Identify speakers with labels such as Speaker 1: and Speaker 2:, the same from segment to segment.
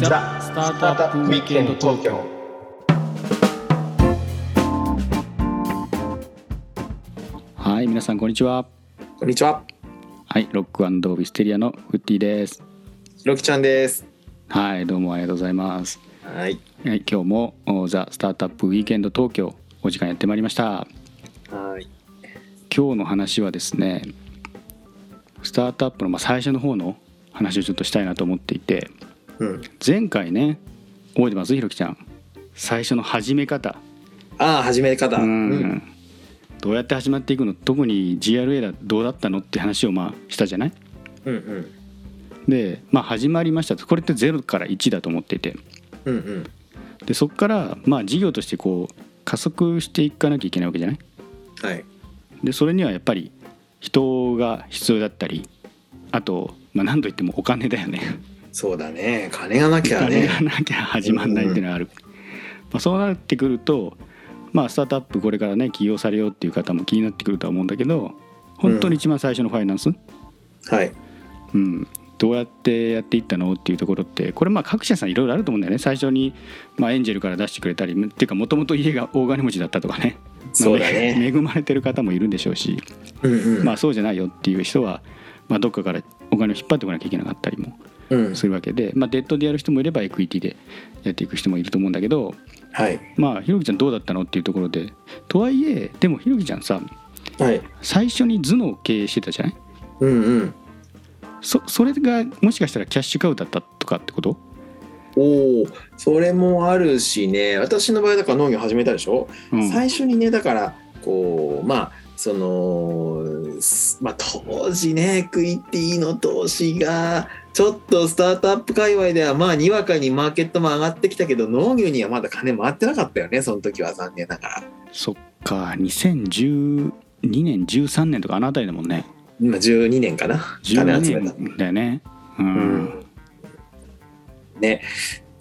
Speaker 1: タートアップウィークエンド東京
Speaker 2: はい、皆さんこんにちは。
Speaker 3: こんにちは、
Speaker 2: はい、ロックミステリアのフッティです。
Speaker 3: ひろきちゃんです。
Speaker 2: はい、どうもありがとうございます。
Speaker 3: はい。
Speaker 2: はい、今日もおザスタートアップウィークエンド東京お時間やってまいりました。
Speaker 3: はい。
Speaker 2: 今日の話はですね、スタートアップのまあ最初の方の話をちょっとしたいなと思っていて、
Speaker 3: うん。
Speaker 2: 前回ね、覚えてますひろきちゃん。最初の始め方。
Speaker 3: ああ、始め方。
Speaker 2: うん。どうやって始まっていくの特に GRA だどうだったのって話をまあしたじゃない
Speaker 3: うんうん。
Speaker 2: で、まあ、始まりましたとこれって0から1だと思っていて
Speaker 3: うんうん。
Speaker 2: でそこからまあ事業としてこう加速していかなきゃいけないわけじゃない
Speaker 3: はい。
Speaker 2: でそれにはやっぱり人が必要だったりあと、まあ、何と言ってもお金だよね
Speaker 3: そうだね。金がなき
Speaker 2: お
Speaker 3: ゃ
Speaker 2: 金
Speaker 3: ね
Speaker 2: が。なきゃ始まんないっていうのはある、まあ、そうなってくると、まあ、スタートアップこれからね起業されようっていう方も気になってくるとは思うんだけど本当に一番最初のファイナンス、
Speaker 3: はい。
Speaker 2: うん、どうやってやっていったのっていうところってこれまあ各社さんいろいろあると思うんだよね最初に、まあ、エンジェルから出してくれたりっていうかもともと家が大金持ちだったとかね
Speaker 3: そうだ
Speaker 2: まあ
Speaker 3: ね。
Speaker 2: 恵まれてる方もいるんでしょうし、
Speaker 3: うんうん。
Speaker 2: まあ、そうじゃないよっていう人は、まあ、どっかからお金を引っ張ってこなきゃいけなかったりも
Speaker 3: うん。
Speaker 2: するわけで、まあ、デッドでやる人もいればエクイティでやっていく人もいると思うんだけど
Speaker 3: はい。
Speaker 2: まあひろきちゃんどうだったのっていうところでとはいえでもひろきちゃんさ
Speaker 3: はい。
Speaker 2: 最初に頭脳を経営してたじゃない
Speaker 3: うんうん。
Speaker 2: そそれがもしかしたらキャッシュカウだったとかってこと
Speaker 3: おお、それもあるしね。私の場合だから農業始めたでしょ。
Speaker 2: うん
Speaker 3: 最初にね、だからこうまあ。そのすまあ、当時ねクイティの投資がちょっとスタートアップ界隈ではまあにわかにマーケットも上がってきたけど農業にはまだ金回ってなかったよねその時は残念ながら
Speaker 2: そっか2012年13年とかあの辺りだもんね
Speaker 3: 今12年かな金
Speaker 2: 12
Speaker 3: 集めた
Speaker 2: 年だよねう
Speaker 3: うんんね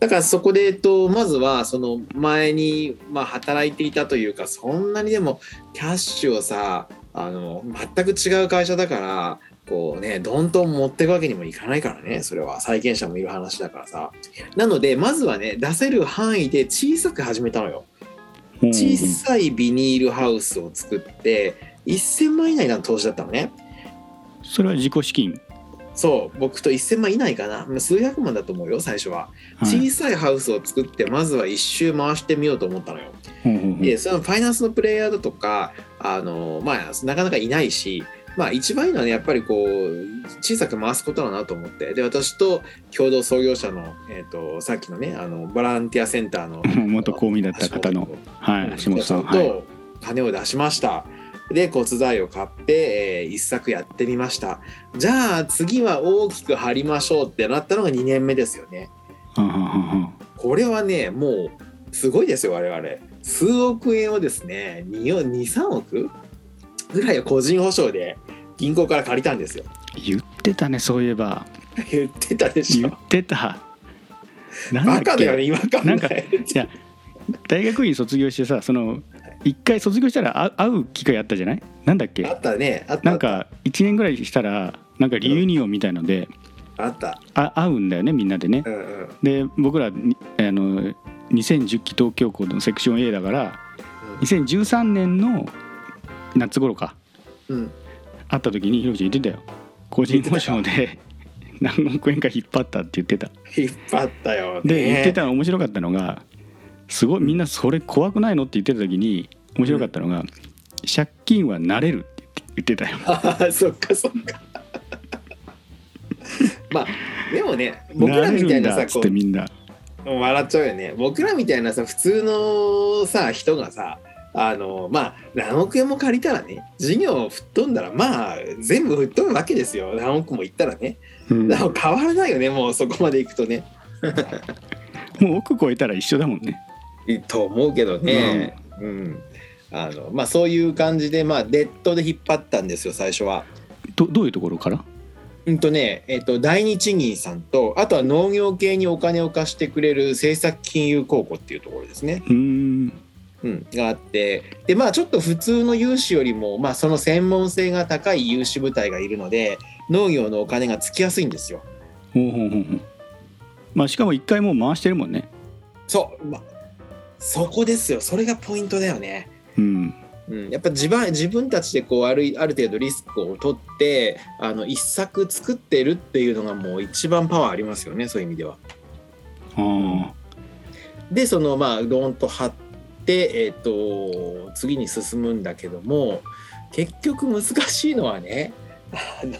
Speaker 3: だからそこで、えっと、まずはその前に、まあ、働いていたというかそんなにでもキャッシュをさあの全く違う会社だからこうねどんどん持っていくわけにもいかないからねそれは債権者もいる話だからさなのでまずはね出せる範囲で小さく始めたのよ
Speaker 2: うん
Speaker 3: 小さいビニールハウスを作って1000万以内の投資だったのね
Speaker 2: それは自己資金、
Speaker 3: そう僕と1000万以内かなまあ数百万だと思うよ最初は
Speaker 2: は
Speaker 3: 小
Speaker 2: い
Speaker 3: さいハウスを作ってまずは一周回してみようと思ったのよ。
Speaker 2: うんうんうん
Speaker 3: でそのファイナンスのプレイヤーだとかあの、まあ、なかなかいないし、まあ、一番いいのはねやっぱりこう小さく回すことだなと思ってで私と共同創業者の、えー、とさっきのねあのボランティアセンターの
Speaker 2: 元公務員だった 方の、は
Speaker 3: うん
Speaker 2: い、橋本さん、
Speaker 3: 橋本
Speaker 2: はい、
Speaker 3: と金を出しました。で骨材を買って、えー一作やってみましたじゃあ次は大きく張りましょうってなったのが2年目ですよね。
Speaker 2: はんはんはんはん
Speaker 3: これはねもうすごいですよ我々数億円をですね23億ぐらいを個人保証で銀行から借りたんですよ
Speaker 2: 言ってたねそういえば
Speaker 3: 言ってたでし
Speaker 2: 言
Speaker 3: ょ
Speaker 2: ってたな
Speaker 3: バ
Speaker 2: んだ
Speaker 3: カ
Speaker 2: っ
Speaker 3: だよ
Speaker 2: け
Speaker 3: ね今考
Speaker 2: なんか
Speaker 3: える
Speaker 2: いや大学院卒業してさその一回卒業したら会う会う機会あったじゃないなんだっ
Speaker 3: とあ
Speaker 2: け
Speaker 3: ったねあった
Speaker 2: なんか1年ぐらいしたらなんかリユニオンみたいので
Speaker 3: あった
Speaker 2: あ会うんだよねみんなでね
Speaker 3: うんうん
Speaker 2: で僕らにあの2010期東京校のセクション A だから2013年の夏頃か
Speaker 3: うん
Speaker 2: 会った時にひろきちゃん言ってたよ個人保証で何億円か引っ張ったって言ってた
Speaker 3: 引っ張ったよね
Speaker 2: で言ってたの面白かったのがすごいみんなそれ怖くないのって言ってた時に面白かったのが借金は慣れるって言ってたよ
Speaker 3: あー そっかそっかまあでもね僕らみたいな
Speaker 2: 慣れるんだ
Speaker 3: さ
Speaker 2: っつ
Speaker 3: こ
Speaker 2: っ
Speaker 3: う
Speaker 2: てみんな
Speaker 3: 笑っちゃうよね僕らみたいなさ普通のさ人がさあのまあ何億円も借りたらね事業を吹っ飛んだらまあ全部吹っ飛ぶわけですよ何億もいったらね、
Speaker 2: うん
Speaker 3: だ
Speaker 2: も
Speaker 3: から変わらないよねもうそこまでいくとね
Speaker 2: う億超えたら一緒だもんね
Speaker 3: と思うけどねうん、あのまあそういう感じでまあデッドで引っ張ったんですよ最初は
Speaker 2: どどういうところから
Speaker 3: うんとねえっ、と第二地銀さんとあとは農業系にお金を貸してくれる政策金融公庫っていうところですね
Speaker 2: うーん
Speaker 3: うん、があってでまあちょっと普通の融資よりも、まあ、その専門性が高い融資部隊がいるので農業のお金がつきやすいんですよ。
Speaker 2: ほうほうほうほうまあしかも一回もう回してるもんね
Speaker 3: そう、ま、そこですよそれがポイントだよね、
Speaker 2: うん
Speaker 3: うん、やっぱ自分自分たちでこうあるある程度リスクを取ってあの一作作ってるっていうのがもう一番パワーありますよねそういう意味では。
Speaker 2: あ
Speaker 3: でそのまあドーンと張って、えっと次に進むんだけども結局難しいのはねあのい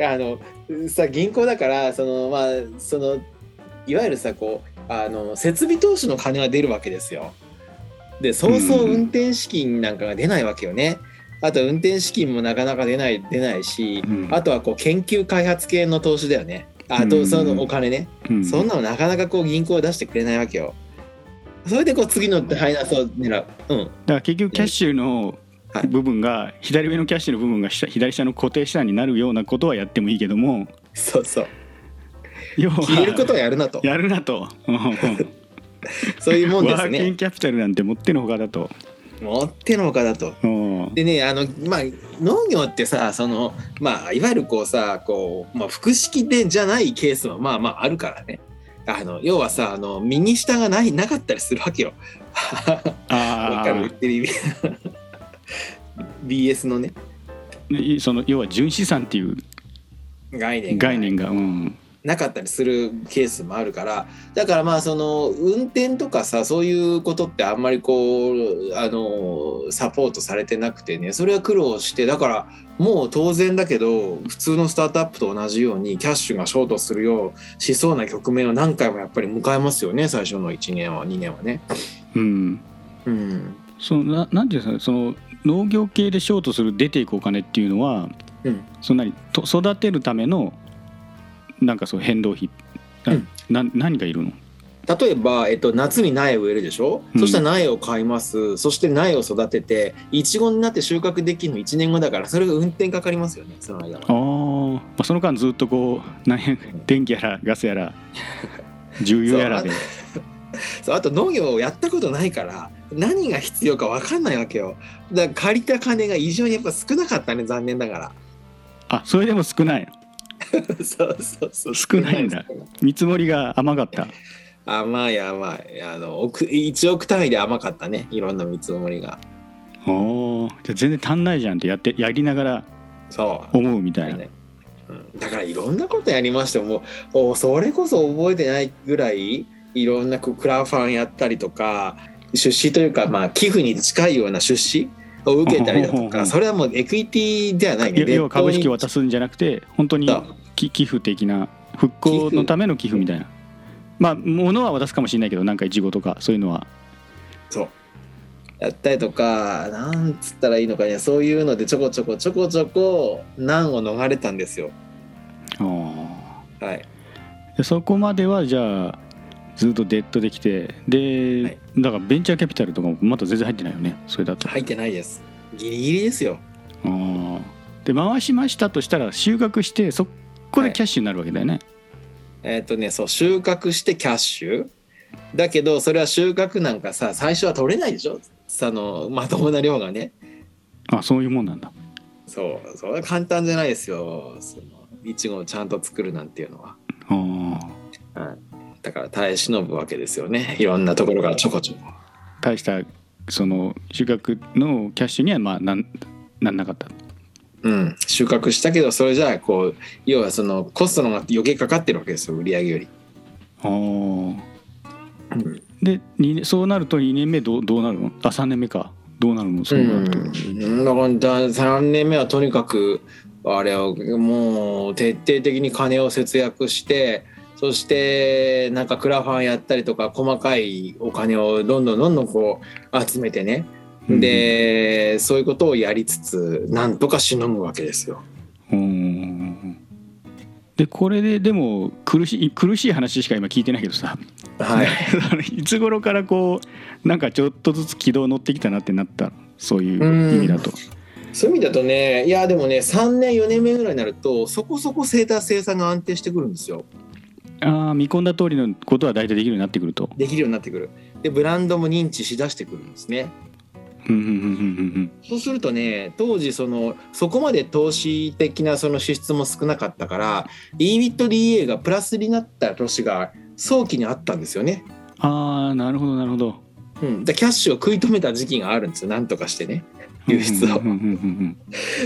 Speaker 3: やあのさ銀行だからそのまあそのいわゆるさこうあの設備投資の金が出るわけですよ。でそうそう
Speaker 2: うん
Speaker 3: 運転資金なんかが出ないわけよね。あと運転資金もなかなか出ない出ないし、
Speaker 2: うん
Speaker 3: あとはこう研究開発系の投資だよね。あとそのお金ね。
Speaker 2: あ、うん、
Speaker 3: そんなのなかなかこう銀行は出してくれないわけよ。それでこう次のファイナンスを狙う。うん。
Speaker 2: だから結局キャッシュの
Speaker 3: はい
Speaker 2: 部分が左上のキャッシュの部分が下左下の固定資産になるようなことはやってもいいけども
Speaker 3: そう そう。
Speaker 2: 要は
Speaker 3: 消えることはやるなと。
Speaker 2: やるなとうんうん
Speaker 3: そういうもんで
Speaker 2: ワ
Speaker 3: す
Speaker 2: ーキン
Speaker 3: ね
Speaker 2: グ。キャピタルなんて持ってのほかだと
Speaker 3: 持ってのほかだと。
Speaker 2: うん
Speaker 3: でね、あの、まあ、農業ってさ、その、まあ、いわゆるこうさ、こう、まあ、複式でじゃないケースはまあまああるからね。あの、要はさ、あの、右下がない、なかったりするわけよ。 わ
Speaker 2: あ
Speaker 3: かる言ってる意味。BS のね、
Speaker 2: あその要は純資産っていう
Speaker 3: 概念が
Speaker 2: 概念がうん
Speaker 3: なかったりするケースもあるからだからまあその運転とかさそういうことってあんまりこうあのサポートされてなくてねそれは苦労してだからもう当然だけど普通のスタートアップと同じようにキャッシュがショートするようしそうな局面を何回もやっぱり迎えますよね最初の1年は2年はね。
Speaker 2: うん
Speaker 3: うん
Speaker 2: そのななんていうんですかねその農業系でショートする出ていくお金っていうのは、
Speaker 3: うん
Speaker 2: そんなにと育てるためのなんかそう変動費、な
Speaker 3: うん
Speaker 2: な何がいるの
Speaker 3: 例えば、えっと、夏に苗を植えるでしょ、
Speaker 2: うん
Speaker 3: そしたら苗を買いますそして苗を育てていちごになって収穫できるの1年後だからそれが運転かかりますよねその間は。
Speaker 2: あー、まあその間ずっとこう何や電気やらガスや ら重油やらで
Speaker 3: そうあと農業をやったことないから何が必要か分かんないわけよだから借りた金が異常にやっぱ少なかったね残念なが
Speaker 2: あそれでも少ないの
Speaker 3: ら そうそうそう
Speaker 2: 少ないんだ見積もりが甘かった
Speaker 3: 甘い甘いあの億1億単位で甘かったねいろんな見積もりが
Speaker 2: おーじゃあ全然足んないじゃんってやってやりながら
Speaker 3: そう
Speaker 2: 思うみたいな、
Speaker 3: ねうんだからいろんなことやりましたよもうおそれこそ覚えてないぐらいいろんなこうクラファンやったりとか出資というか、まあ、寄付に近いような出資を受けたりだ
Speaker 2: ほ
Speaker 3: と
Speaker 2: うほうほ
Speaker 3: か
Speaker 2: う
Speaker 3: それはもうエクイティではないね
Speaker 2: 要は株式
Speaker 3: レッド
Speaker 2: を
Speaker 3: に
Speaker 2: 渡すんじゃなくて本当に
Speaker 3: そう
Speaker 2: き寄付的な復興のための寄付みたいなまあ物は渡すかもしれないけどなんかイチゴとかそういうのは
Speaker 3: そうやったりとかなんつったらいいのかねそういうのでちょこちょこちょこちょこ難を逃れたんですよ
Speaker 2: あ
Speaker 3: はい
Speaker 2: ーでそこまではじゃあずっとデッドできてで、
Speaker 3: はい
Speaker 2: だからベンチャーキャピタルとかもまだ全然入ってないよねそれだと、
Speaker 3: 入ってないですギリギリですよ
Speaker 2: あーで回しましたとしたら収穫してそこでキャッシュになるわけだよね、
Speaker 3: えっ、とねそう収穫してキャッシュだけどそれは収穫なんかさ最初は取れないでしょそのまともな量がね
Speaker 2: あそういうもんなんだ
Speaker 3: そうそれは簡単じゃないですよそのいちごをちゃんと作るなんていうのは
Speaker 2: あー
Speaker 3: だから耐え忍ぶわけですよねいろんなところからちょこちょこ
Speaker 2: 大したその収穫のキャッシュにはまあなんなんなかった
Speaker 3: うん、収穫したけどそれじゃあこう要はそのコストの方が余計かかってるわけですよ売り上げより。
Speaker 2: あーで二年そうなると2年目どうどうなるのあ3年目かどうなるのそうなると、
Speaker 3: うん、だから3年目はとにかくあれをもう徹底的に金を節約してそしてなんかクラファンやったりとか細かいお金をどんどんどんどんこう集めてね、
Speaker 2: うん
Speaker 3: でそういうことをやりつつなんとかしのぐわけですよ。
Speaker 2: うんでこれででも苦しい苦しい話しか今聞いてないけどさ、
Speaker 3: はい、
Speaker 2: い、つ頃からこうなんかちょっとずつ軌道乗ってきたなってなったそういう意味だと、
Speaker 3: そういう意味だとねいやでもね3年4年目ぐらいになるとそこそこ生産生産が安定してくるんですよ
Speaker 2: ああ見込んだ通りのことは大体できるようになってくると
Speaker 3: できるようになってくるでブランドも認知しだしてくるんですね
Speaker 2: うんうんうん
Speaker 3: そうするとね当時そのそこまで投資的なその支出も少なかったから EBITDA がプラスになった年が早期にあったんですよね。
Speaker 2: ああなるほどなるほど
Speaker 3: うん、でキャッシュを食い止めた時期があるんですよなんとかしてね輸出 を
Speaker 2: うんうんうん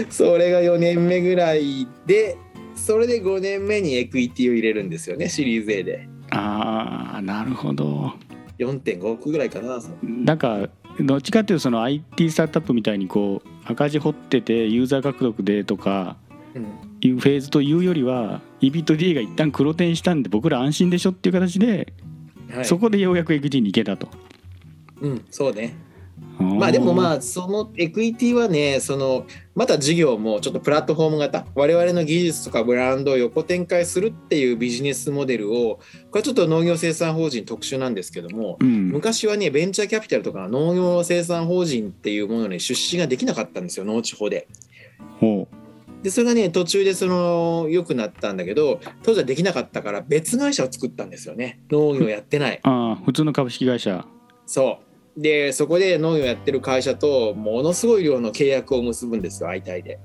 Speaker 3: それが4年目ぐらいでそれで5年目にエクイティを入れるんですよねシリーズ A で
Speaker 2: うんああなるほど
Speaker 3: 4.5億ぐらいかな
Speaker 2: なんかどっちかっていうとその IT スタートアップみたいにこう赤字掘っててユーザー獲得でとか
Speaker 3: うん
Speaker 2: いうフェーズというよりは EBITDA が一旦黒点したんで僕ら安心でしょっていう形で、
Speaker 3: はい、
Speaker 2: そこでようやく XG に行けたと。
Speaker 3: うん、そうねまあでもま
Speaker 2: あ
Speaker 3: あそのエクイティはねそのまた事業もちょっとプラットフォーム型我々の技術とかブランドを横展開するっていうビジネスモデルをこれちょっと農業生産法人特殊なんですけども
Speaker 2: ー、うん、
Speaker 3: 昔はねベンチャーキャピタルとか農業生産法人っていうものに出資ができなかったんですよ農地法で。
Speaker 2: ほ
Speaker 3: でそれがね途中でその良くなったんだけど当時はできなかったから別会社を作ったんですよね農業やってないう
Speaker 2: ああ普通の株式会社
Speaker 3: そう。で、そこで農業やってる会社とものすごい量の契約を結ぶんですよ、相対で。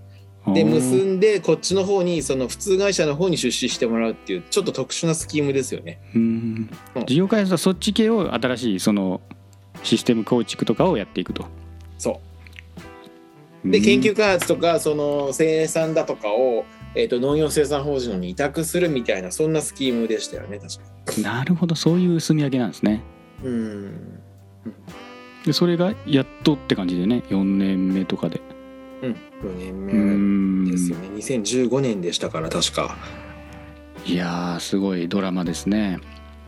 Speaker 3: で、
Speaker 2: ほう
Speaker 3: 結んで、こっちの方に、その普通会社の方に出資してもらうっていう、ちょっと特殊なスキームですよね。
Speaker 2: うん
Speaker 3: うん
Speaker 2: 事業開発はそっち系を新しいそのシステム構築とかをやっていくと。
Speaker 3: そうう。
Speaker 2: ん
Speaker 3: で、研究開発とか、その生産だとかを、えー、と農業生産法人に委託するみたいな、そんなスキームでしたよね、確か
Speaker 2: なるほどそういう住み分けなんですね。
Speaker 3: に。うん。
Speaker 2: でそれがやっとって感じでね4年目とかで。
Speaker 3: うん。4
Speaker 2: う
Speaker 3: 年目
Speaker 2: ん
Speaker 3: ですよね。2015年でしたから、確か。
Speaker 2: いやーすごいドラマですね。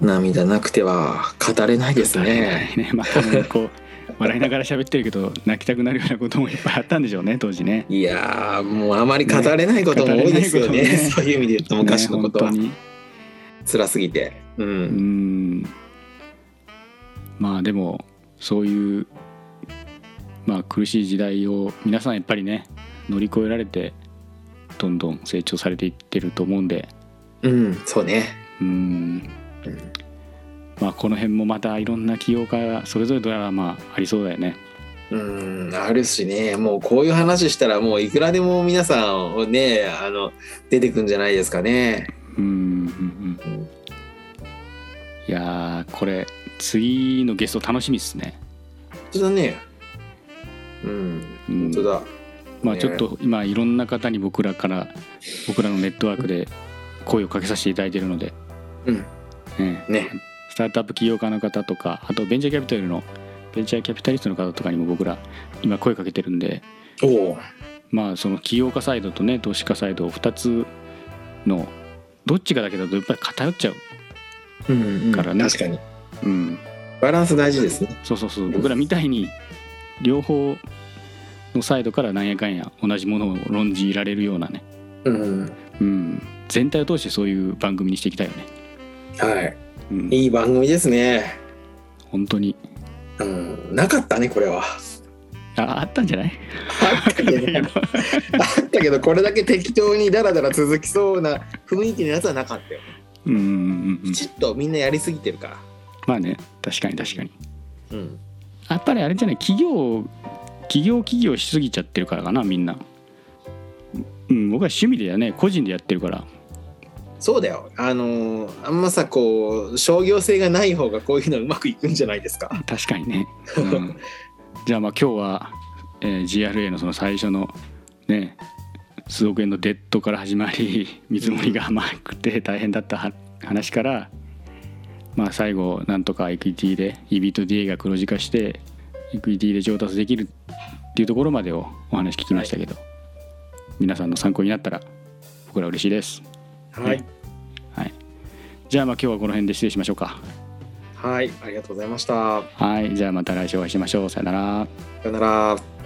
Speaker 3: 涙なくては語れないですね。
Speaker 2: ねまあ、ね、 こう笑いながら喋ってるけど泣きたくなるようなこともいっぱいあったんでしょうね当時ね。
Speaker 3: いやーもうあまり語れないことも多いですよね
Speaker 2: ね語れないこともね
Speaker 3: そういう意味で言うと昔のことは
Speaker 2: ね本
Speaker 3: 辛すぎて、う
Speaker 2: 当
Speaker 3: ん、
Speaker 2: にうんまあでもそういう、まあ、苦しい時代を皆さんやっぱりね乗り越えられてどんどん成長されていってると思うんで
Speaker 3: うん、そうね、
Speaker 2: うん
Speaker 3: うん
Speaker 2: まあこの辺もまたいろんな起業家がそれぞれドラマありそうだよね。
Speaker 3: うん、あるしねもうこういう話したらもういくらでも皆さんねあの出てくんじゃないですかね
Speaker 2: うんうんうんいやーこれ次のゲスト楽しみですね。
Speaker 3: 本当だねうん
Speaker 2: うん
Speaker 3: 本当だ、
Speaker 2: まあ
Speaker 3: ね
Speaker 2: ちょっと今いろんな方に僕らから僕らのネットワークで声をかけさせていただいているので、
Speaker 3: うん
Speaker 2: ね、
Speaker 3: ね
Speaker 2: スタートアップ起業家の方とかあとベンチャーキャピタルのベンチャーキャピタリストの方とかにも僕ら今声かけてるんで
Speaker 3: おお
Speaker 2: まあその起業家サイドとね投資家サイド2つのどっちかだけだとやっぱり偏っちゃ
Speaker 3: う
Speaker 2: う、
Speaker 3: ん、うん、
Speaker 2: からね
Speaker 3: 確かに
Speaker 2: うん、
Speaker 3: バランス大事ですね
Speaker 2: そうそうそう僕らみたいに両方のサイドからなんやかんや同じものを論じられるようなね、
Speaker 3: うん
Speaker 2: うん、全体を通してそういう番組にしていきたいよね。
Speaker 3: は
Speaker 2: うん
Speaker 3: いいい番組ですね
Speaker 2: 本当に
Speaker 3: うんなかったねこれは
Speaker 2: ああったんじゃない
Speaker 3: あったねあったけどこれだけ適当にダラダラ続きそうな雰囲気のやつはなかったよ
Speaker 2: うんうんうんう
Speaker 3: き
Speaker 2: ん
Speaker 3: ちっとみんなやりすぎてるか
Speaker 2: まあね確かに確かに
Speaker 3: らうん
Speaker 2: やっぱりあれじゃない企業企業企業しすぎちゃってるからかなみんなうん僕は趣味でやね個人でやってるから
Speaker 3: そうだよあのーあんまさこう商業性がない方がこういうのうまくいくんじゃないですか
Speaker 2: 確かにね、うん、 じゃあまあ今日は、えー GRA のその最初のね数億円のデッドから始まり 見積もりが甘くて大変だったは話からまあ最後なんとかエクイティで EBITDA が黒字化してエクイティで上達できるっていうところまでをお話聞きましたけど、皆さんの参考になったら僕ら嬉しいです
Speaker 3: はい
Speaker 2: じゃあまあ今日はこの辺で失礼しましょうか
Speaker 3: はいありがとうございましたさ
Speaker 2: はいじゃあまた来週お会いしましょうさよなら
Speaker 3: よなら